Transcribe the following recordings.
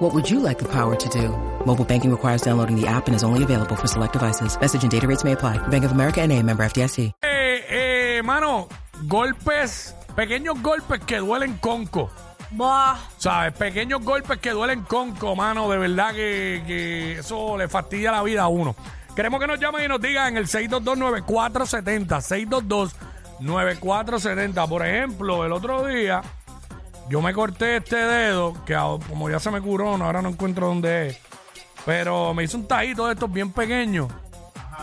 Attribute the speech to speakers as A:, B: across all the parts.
A: What would you like the power to do? Mobile banking requires downloading the app and is only available for select devices. Message and data rates may apply. Bank of America and a member FDIC.
B: Eh, eh, mano, golpes, pequeños golpes que duelen conco.
C: Buah,
B: ¿Sabes? Pequeños golpes que duelen conco, mano. De verdad que, que eso le fastidia la vida a uno. Queremos que nos llamen y nos digan en el 622-9470. 622-9470. Por ejemplo, el otro día yo me corté este dedo, que a- como ya se me curó, no, ahora no encuentro dónde es. Pero me hice un tajito de estos bien pequeños.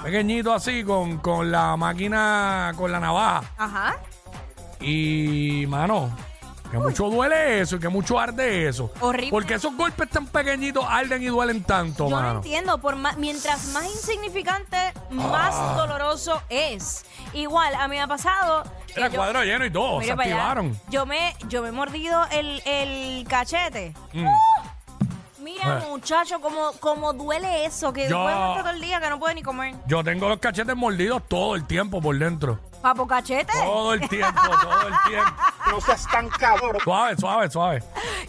B: Pequeñito así, con, con la máquina, con la navaja.
C: ajá.
B: Y, mano, que mucho duele eso y que mucho arde eso.
C: Horrible.
B: Porque esos golpes tan pequeñitos arden y duelen tanto,
C: Yo no
B: Oh, mano.
C: entiendo, por ma- mientras más insignificante, más
B: Ah.
C: doloroso es. Igual, a mí me ha pasado. que
B: Era
C: yo-
B: cuadro lleno y todo, se
C: Mira para allá,
B: activaron.
C: Yo me, yo me he mordido el, el cachete.
B: Mm.
C: Mira,
B: Eh.
C: muchacho, cómo, cómo duele eso, que
B: Yo-
C: después estar todo el día que no puedo ni comer.
B: Yo tengo los cachetes mordidos todo el tiempo por dentro.
C: Papo cachete.
B: Todo el tiempo, todo el tiempo.
D: No seas tan cabrón.
B: Suave, suave, suave.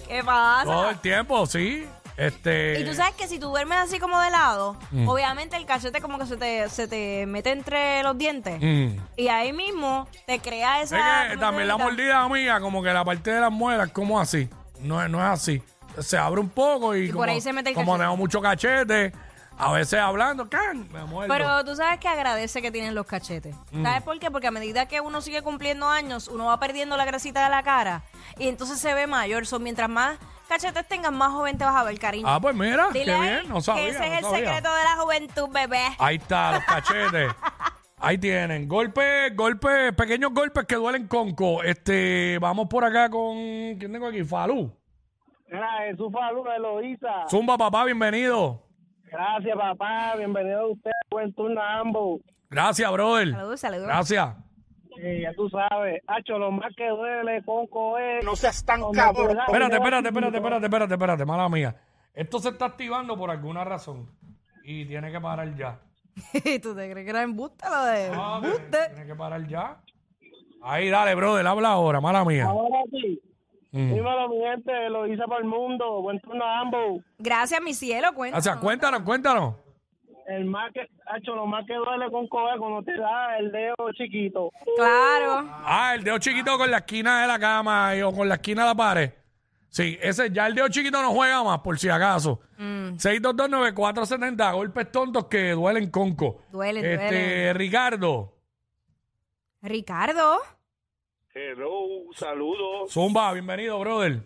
C: ¿Qué pasa?
B: Todo el tiempo, sí. Este.
C: Y tú sabes que si tú duermes así como de lado,
B: Mm.
C: obviamente el cachete como que se te, se te mete entre los dientes.
B: Mm.
C: Y ahí mismo te crea
B: Es
C: esa.
B: que también la mordida mía, como que la parte de las muelas, como así. No, es- no es así. Se abre un poco y,
C: por
B: como,
C: ahí se mete el
B: como
C: cachete.
B: tengo mucho cachete, a veces hablando, can, me muerdo.
C: Pero tú sabes que agradece que tienen los cachetes.
B: Mm.
C: ¿Sabes por qué? Porque a medida que uno sigue cumpliendo años, uno va perdiendo la grasita de la cara y entonces se ve mayor. So, mientras más cachetes tengas, más joven te vas a ver, cariño.
B: ah, pues mira,
C: Dile
B: qué
C: a él
B: bien, no sabía.
C: que ese
B: no
C: es el
B: sabía.
C: secreto de la juventud, bebé.
B: Ahí está, los cachetes. Ahí tienen. Golpes, golpes, pequeños golpes que duelen conco. Este, vamos por acá con. ¿Quién tengo aquí? Falú.
D: Ah, Jesús Falú, Eloísa.
B: Zumba, papá, bienvenido.
D: Gracias, papá. Bienvenido a usted. Buen turno a ambos.
B: Gracias, brother.
C: Saludos, saludos.
B: Gracias.
D: Eh, ya tú sabes. Hacho, lo más que duele, conco es. No seas tan cabrón.
B: Espérate, espérate, espérate, espérate, espérate, espérate, mala mía. Esto se está activando por alguna razón y tiene que parar ya.
C: ¿Tú te crees que era embuste lo de
B: Ah,
C: embuste?
B: Tiene que parar ya. Ahí, dale, brother, habla ahora, mala mía.
D: Ahora sí.
B: Mm.
D: Dímelo, mi gente. Eloísa para el mundo. Buen turno a ambos.
C: Gracias, mi cielo, cuenta.
B: O sea, cuéntanos, cuéntanos.
D: El más que. Hacho, lo más que duele, conco es cuando te da el dedo chiquito.
C: Claro.
B: Ah, el dedo chiquito con la esquina de la cama y- o con la esquina de la pared. Sí, ese ya el dedo chiquito no juega más, por si acaso.
C: Mm.
B: 6229470, golpes tontos que duelen conco.
C: Duelen,
B: este,
C: duelen.
B: Ricardo,
C: Ricardo.
D: Hello, saludos.
B: Zumba, bienvenido, brother.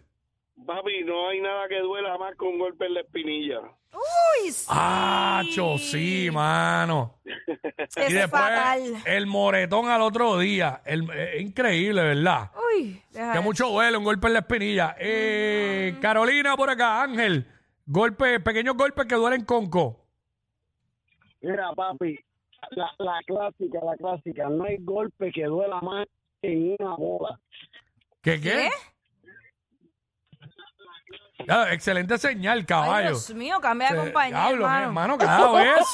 D: Papi, no hay nada que duela más que un golpe en la espinilla.
C: Uy, sí.
B: Ah, cho, sí, mano.
C: Eso
B: y
C: es
B: después
C: fatal.
B: el moretón al otro día. El- es increíble, ¿verdad?
C: Uy, deja
B: Que
C: eso.
B: mucho duele, un golpe en la espinilla. Eh, Carolina por acá, Ángel. Golpe, pequeños golpes que duelen conco.
D: Mira, papi, la, la clásica, la clásica. No hay golpe que duela más en una boda.
B: ¿Qué qué? Ya, excelente señal,
C: Ay,
B: caballo.
C: Dios mío, cambia de
B: Eh,
C: compañía,
B: diablo, mi
C: hermano.
B: hermano, cada vez.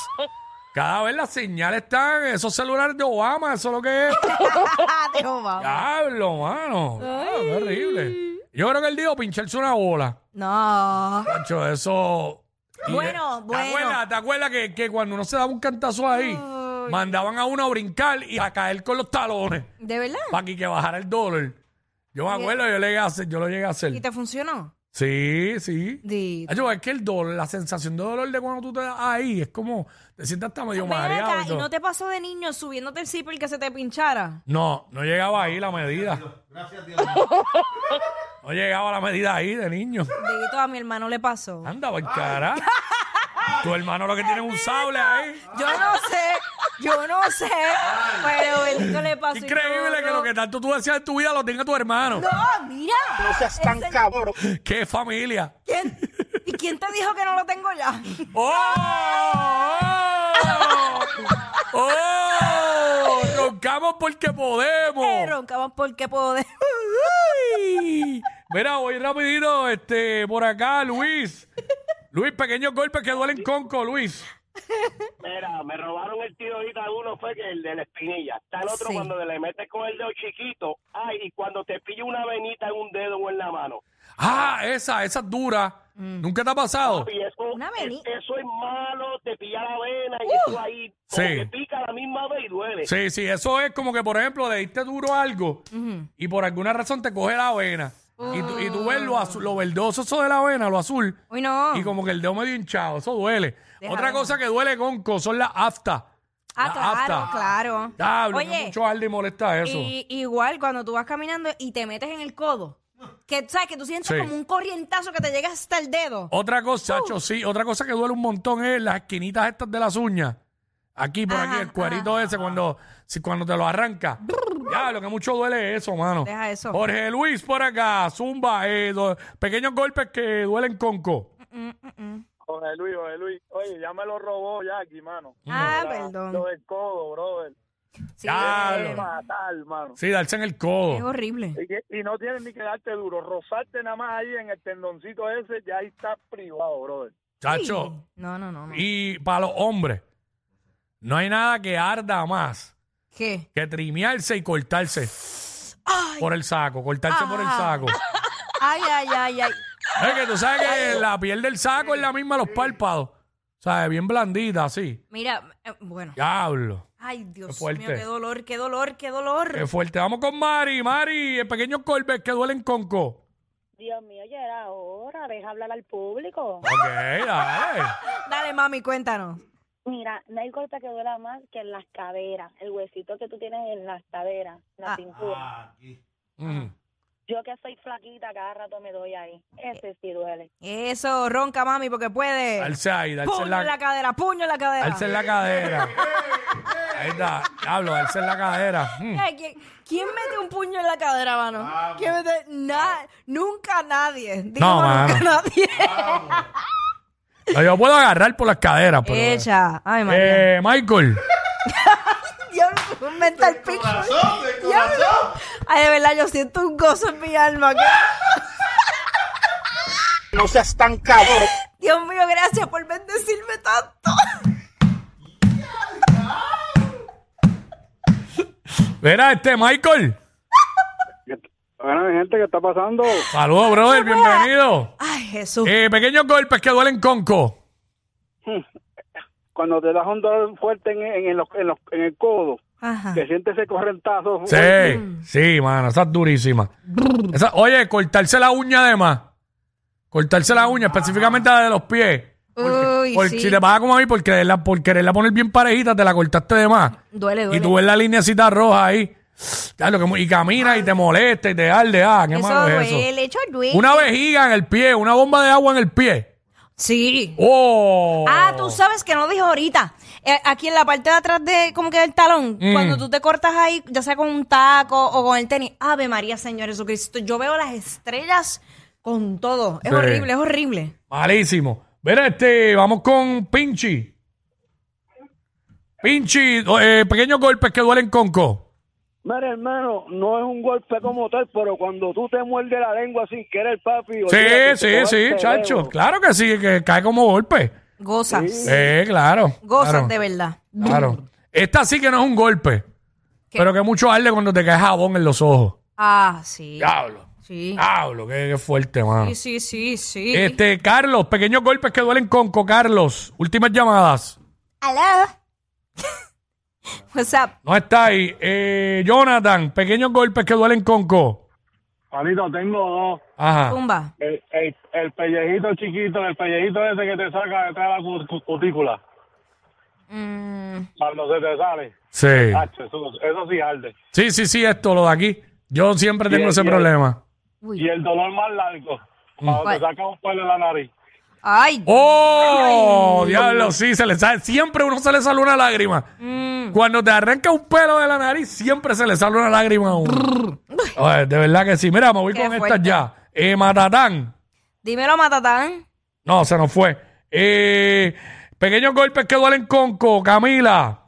B: Cada vez las señales están, esos celulares de Obama, eso es lo que es.
C: Te jodas.
B: Diablo, mano. Diablo, qué horrible. Yo creo que él dijo pincharse una bola.
C: No.
B: Pancho, eso. y,
C: Bueno,
B: eh,
C: bueno.
B: ¿Te acuerdas, te acuerdas que, que cuando uno se daba un cantazo ahí, mandaban a uno a brincar y a caer con los talones
C: ¿De verdad?
B: para que, que bajara el dólar? Yo me acuerdo, yo, le llegué a hacer- yo lo llegué a hacer.
C: ¿Y te funcionó?
B: Sí, sí.
C: Di-
B: Acho, es que el dolor, la sensación de dolor de cuando tú te das ahí, es como, te sientes hasta medio
C: Ven
B: mareado.
C: acá,
B: y
C: ¿y
B: todo.
C: no te pasó de niño subiéndote el zipper que se te pinchara?
B: No, no llegaba ahí la medida. No llegaba la medida ahí de niño.
C: Dito, a mi hermano le pasó.
B: Anda, por cara. Tu hermano lo que tiene es un sable ahí.
C: Yo no sé, yo no sé, pero Benito le pasó. y
B: Increíble
C: todo.
B: que lo que tanto tú decías en tu vida lo tenga tu hermano.
C: No, mira.
D: No seas tan cabrón.
B: ¡Qué familia!
C: ¿Quién- ¿Y quién te dijo que no lo tengo ya?
B: ¡Oh! ¡Oh! ¡Oh! roncamos porque podemos.
C: Eh, Roncaban porque podemos.
B: Ay. Mira, voy rapidito este, por acá, Luis. Luis, pequeños golpes que duelen conco, Luis.
D: Mira, me robaron el tiro ahorita. Uno fue que el de la espinilla. Está el otro
C: Sí.
D: cuando le metes con el dedo chiquito. Ay, y cuando te pilla una venita en un dedo o en la mano.
B: Ah, esa, esa es dura.
C: Mm.
B: Nunca te ha pasado.
D: Y eso,
C: Una Uh.
D: es-
C: venita.
D: eso es malo, te pilla la vena y eso ahí
B: Sí.
D: como que pica la misma vez y duele.
B: Sí, sí, eso es como que, por ejemplo, le diste duro algo y por alguna razón te coge la avena. Y, tú, y tú ves lo, azul, lo verdoso eso de la avena, lo azul.
C: Uy, no.
B: Y como que el dedo medio hinchado, eso duele.
C: Ah. Deja
B: Otra
C: ver.
B: cosa que duele, Gonco, son las aftas.
C: Ah,
B: Las
C: claro,
B: aftas.
C: claro.
B: Diablo, que
C: Oye,
B: mucho Aldi molesta eso.
C: y, igual cuando tú vas caminando y te metes en el codo. Que, ¿Sabes? Que tú sientes
B: Sí. Oh.
C: como un corrientazo que te llega hasta el dedo.
B: Otra
C: Oh.
B: cosa, chacho, sí, otra cosa que duele un montón es las esquinitas estas de las uñas. Aquí, por aquí,
C: Ajá,
B: el cuerito ese, cuando, si, cuando te lo arranca. Ya, lo que mucho duele es eso, mano.
C: Deja eso.
B: Jorge Luis por acá, zumba, eh, do- pequeños golpes que duelen conco.
E: Jorge Luis, Jorge Luis. Oye, ya me lo robó Jackie, mano.
C: Ah,
E: La- Lo
C: perdón.
E: del codo, brother.
C: Sí,
B: Diablo.
C: es-
E: Fatal, mano.
B: Sí, darse en el
C: es
B: codo.
C: horrible.
E: Y, que- y no tienes ni que darte duro. Rozarte nada más ahí en el tendoncito ese, ya ahí estás privado, brother.
B: Chacho,
C: No, no, no. no.
B: y para los hombres, no hay nada que arda más
C: ¿Qué?
B: que trimearse y cortarse por el saco, cortarse por el
C: Ah.
B: saco.
C: Ay, ay, ay, ay.
B: Es que tú sabes que la piel del saco es la misma a los párpados. O sea, es bien blandita, así.
C: Mira, eh, bueno.
B: Diablo.
C: Ay, Dios
B: fuerte.
C: mío, qué dolor, qué dolor, qué dolor.
B: Qué fuerte. Vamos con Mari. Mari, el pequeño golpes que duelen conco.
F: Dios mío, ya era hora, deja hablar al público.
B: Ok, dale.
C: Dale, mami, cuéntanos.
F: Mira, no hay golpe que duela más que en las caderas, el huesito que tú tienes en las caderas, la
C: Ah.
F: cintura.
B: Mm.
F: Yo que soy flaquita, cada rato me doy ahí. Ese sí duele.
C: Eso, ronca, mami, porque puede.
B: Darse ahí, darse
C: puño
B: en
C: en la
B: la,
C: cadera, puño en la cadera.
B: darse en la cadera. Ahí está. Diablo, darse en la cadera. Mm.
C: Ay, ¿quién, quién mete un puño en la cadera, mano? ¿Quién mete? Na- nunca nadie. Digo,
B: No,
C: nunca
B: mano.
C: nadie.
B: No, Yo puedo agarrar por las caderas, pero...
C: Echa. Ay, María.
B: Eh, Michael.
C: Diablo, un mental picture. Diablo. Ay, de verdad, yo siento un gozo en mi alma. No seas tan cabrón. Dios mío, gracias por bendecirme tanto.
B: Mira, este Michael.
E: Bueno, gente, ¿qué está pasando?
B: Saludos, brother. Bienvenido.
C: Ay, Jesús.
B: Eh, pequeños golpes que duelen conco.
E: Cuando te das un dolor fuerte en, en, los- en los- en el codo,
C: Ajá.
E: que sientes ese correntazo.
B: Sí, sí, mano, esa es durísima. Esa- oye, cortarse la uña además. Cortarse la uña, específicamente la de los pies.
C: Uy,
B: Por-
C: sí.
B: Si te pasa como a mí, por quererla, por quererla poner bien parejita, te la cortaste de más.
C: Duele, duele.
B: Y tú ves la lineacita roja ahí. Ya, lo que mu- y camina y te molesta y te arde. Ah, qué
C: eso
B: malo es eso.
C: duele, eso duele.
B: Una vejiga en el pie, una bomba de agua en el pie.
C: Sí.
B: ¡Oh!
C: Ah, tú sabes que no dije ahorita. Eh, aquí en la parte de atrás de como que el talón,
B: Mm.
C: cuando tú te cortas ahí, ya sea con un taco o con el tenis. Ave María, Señor Jesucristo. Yo veo las estrellas con todo. Es
B: Sí.
C: horrible, es horrible.
B: Malísimo. Mira, este, vamos con Pinchi. Pinchi, eh, pequeños golpes que duelen conco.
E: Mira, hermano, no es un golpe como tal, pero cuando tú te muerdes la lengua sin querer, papi.
B: Sí, sí, sí, chacho. Claro que sí, que cae como golpe.
C: Gozas.
B: Sí, claro.
C: Gozas
B: Eh, claro,
C: de verdad.
B: Claro. Esta sí que no es un golpe.
C: ¿Qué?
B: Pero que mucho arde cuando te cae jabón en los ojos.
C: Ah, sí.
B: Diablo.
C: Sí.
B: Diablo, qué, qué fuerte, mano.
C: Sí, sí, sí, sí.
B: Ah. Este, Carlos, pequeños golpes que duelen conco, Carlos. Últimas llamadas.
C: Aló. What's up?
B: No está ahí. Eh, Jonathan, pequeños golpes que duelen conco.
E: Juanito, tengo dos.
B: Ajá.
C: Tumba.
E: El, el, el pellejito chiquito, el pellejito ese que te saca detrás de la cu- cu- cutícula,
C: Mm,
E: cuando se te sale.
B: Sí.
E: Hacho, eso, eso sí arde.
B: Sí, sí, sí, esto, lo de aquí. Yo siempre tengo
E: Bien,
B: ese
E: bien.
B: problema.
C: uy.
E: Y el dolor más largo, cuando
C: ¿Cuál?
E: te saca un pelo en la nariz.
C: Ay.
B: ¡Oh! Diablo, sí, se le sale. Siempre uno se le sale una lágrima.
C: Mm.
B: Cuando te arranca un pelo de la nariz, siempre se le sale una lágrima a uno. Ay, de verdad que sí. Mira, me voy
C: Qué
B: con estas
C: fuerte.
B: ya. Eh, Matatán.
C: Dímelo, Matatán.
B: No, se nos fue. Eh,
C: Eh,
B: pequeños golpes que duelen conco, Camila.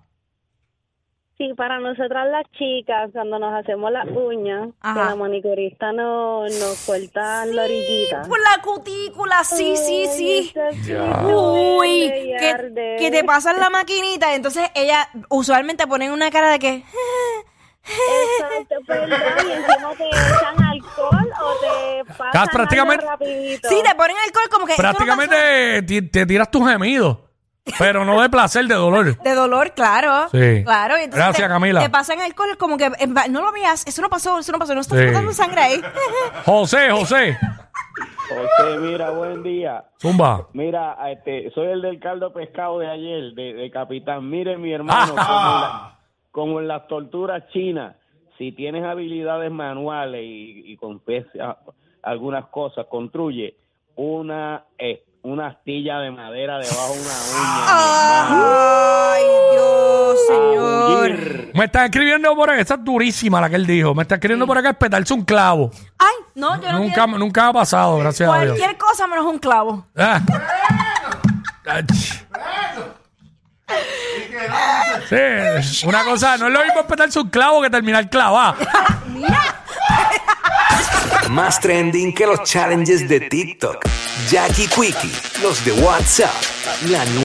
F: Sí, para nosotras las chicas, cuando nos hacemos las uñas,
C: Ajá.
F: que la manicurista no, nos corta la orillita.
C: Por la cutícula, sí, sí,
F: este
C: sí.
B: Ya.
C: Uy, que, que te pasan la maquinita. Entonces ella usualmente ponen una cara de que...
F: Exacto, perdón, y encima te echan alcohol o te pasan algo
B: prácticamente-
F: rapidito.
C: Sí, te ponen alcohol como que... esto no pasó.
B: Prácticamente ti- te tiras tus gemidos, pero no de placer, de dolor.
C: De dolor, claro.
B: Sí.
C: Claro. y entonces
B: Gracias,
C: te,
B: Camila.
C: Te pasan alcohol como que... en va- No lo veas, eso no pasó, eso no pasó, no estás
B: Sí.
C: botando sangre ahí.
B: José, José,
D: José, mira, buen día.
B: zumba.
D: Mira, este, soy el del caldo pescado de ayer, de, de capitán. Mire, mi hermano, como, en la- como en las torturas chinas, si tienes habilidades manuales y, y con pues, a- algunas cosas, construye una, eh, una astilla de madera debajo de una uña.
C: Ay, Dios,
D: mi hermano. A
C: señor.
D: huir.
B: Me está escribiendo por acá, esa es durísima la que él dijo. Me está escribiendo por acá es petarse un clavo.
C: Ay, no, yo no
B: Nunca,
C: quiero-
B: nunca ha pasado, gracias a Dios.
C: Cualquier cosa menos un clavo.
B: Ah. Ach. Sí, una cosa, no es lo mismo petarse un clavo que terminar clavado.
G: Más trending que los challenges de TikTok. Jackie Quickie, los de WhatsApp, la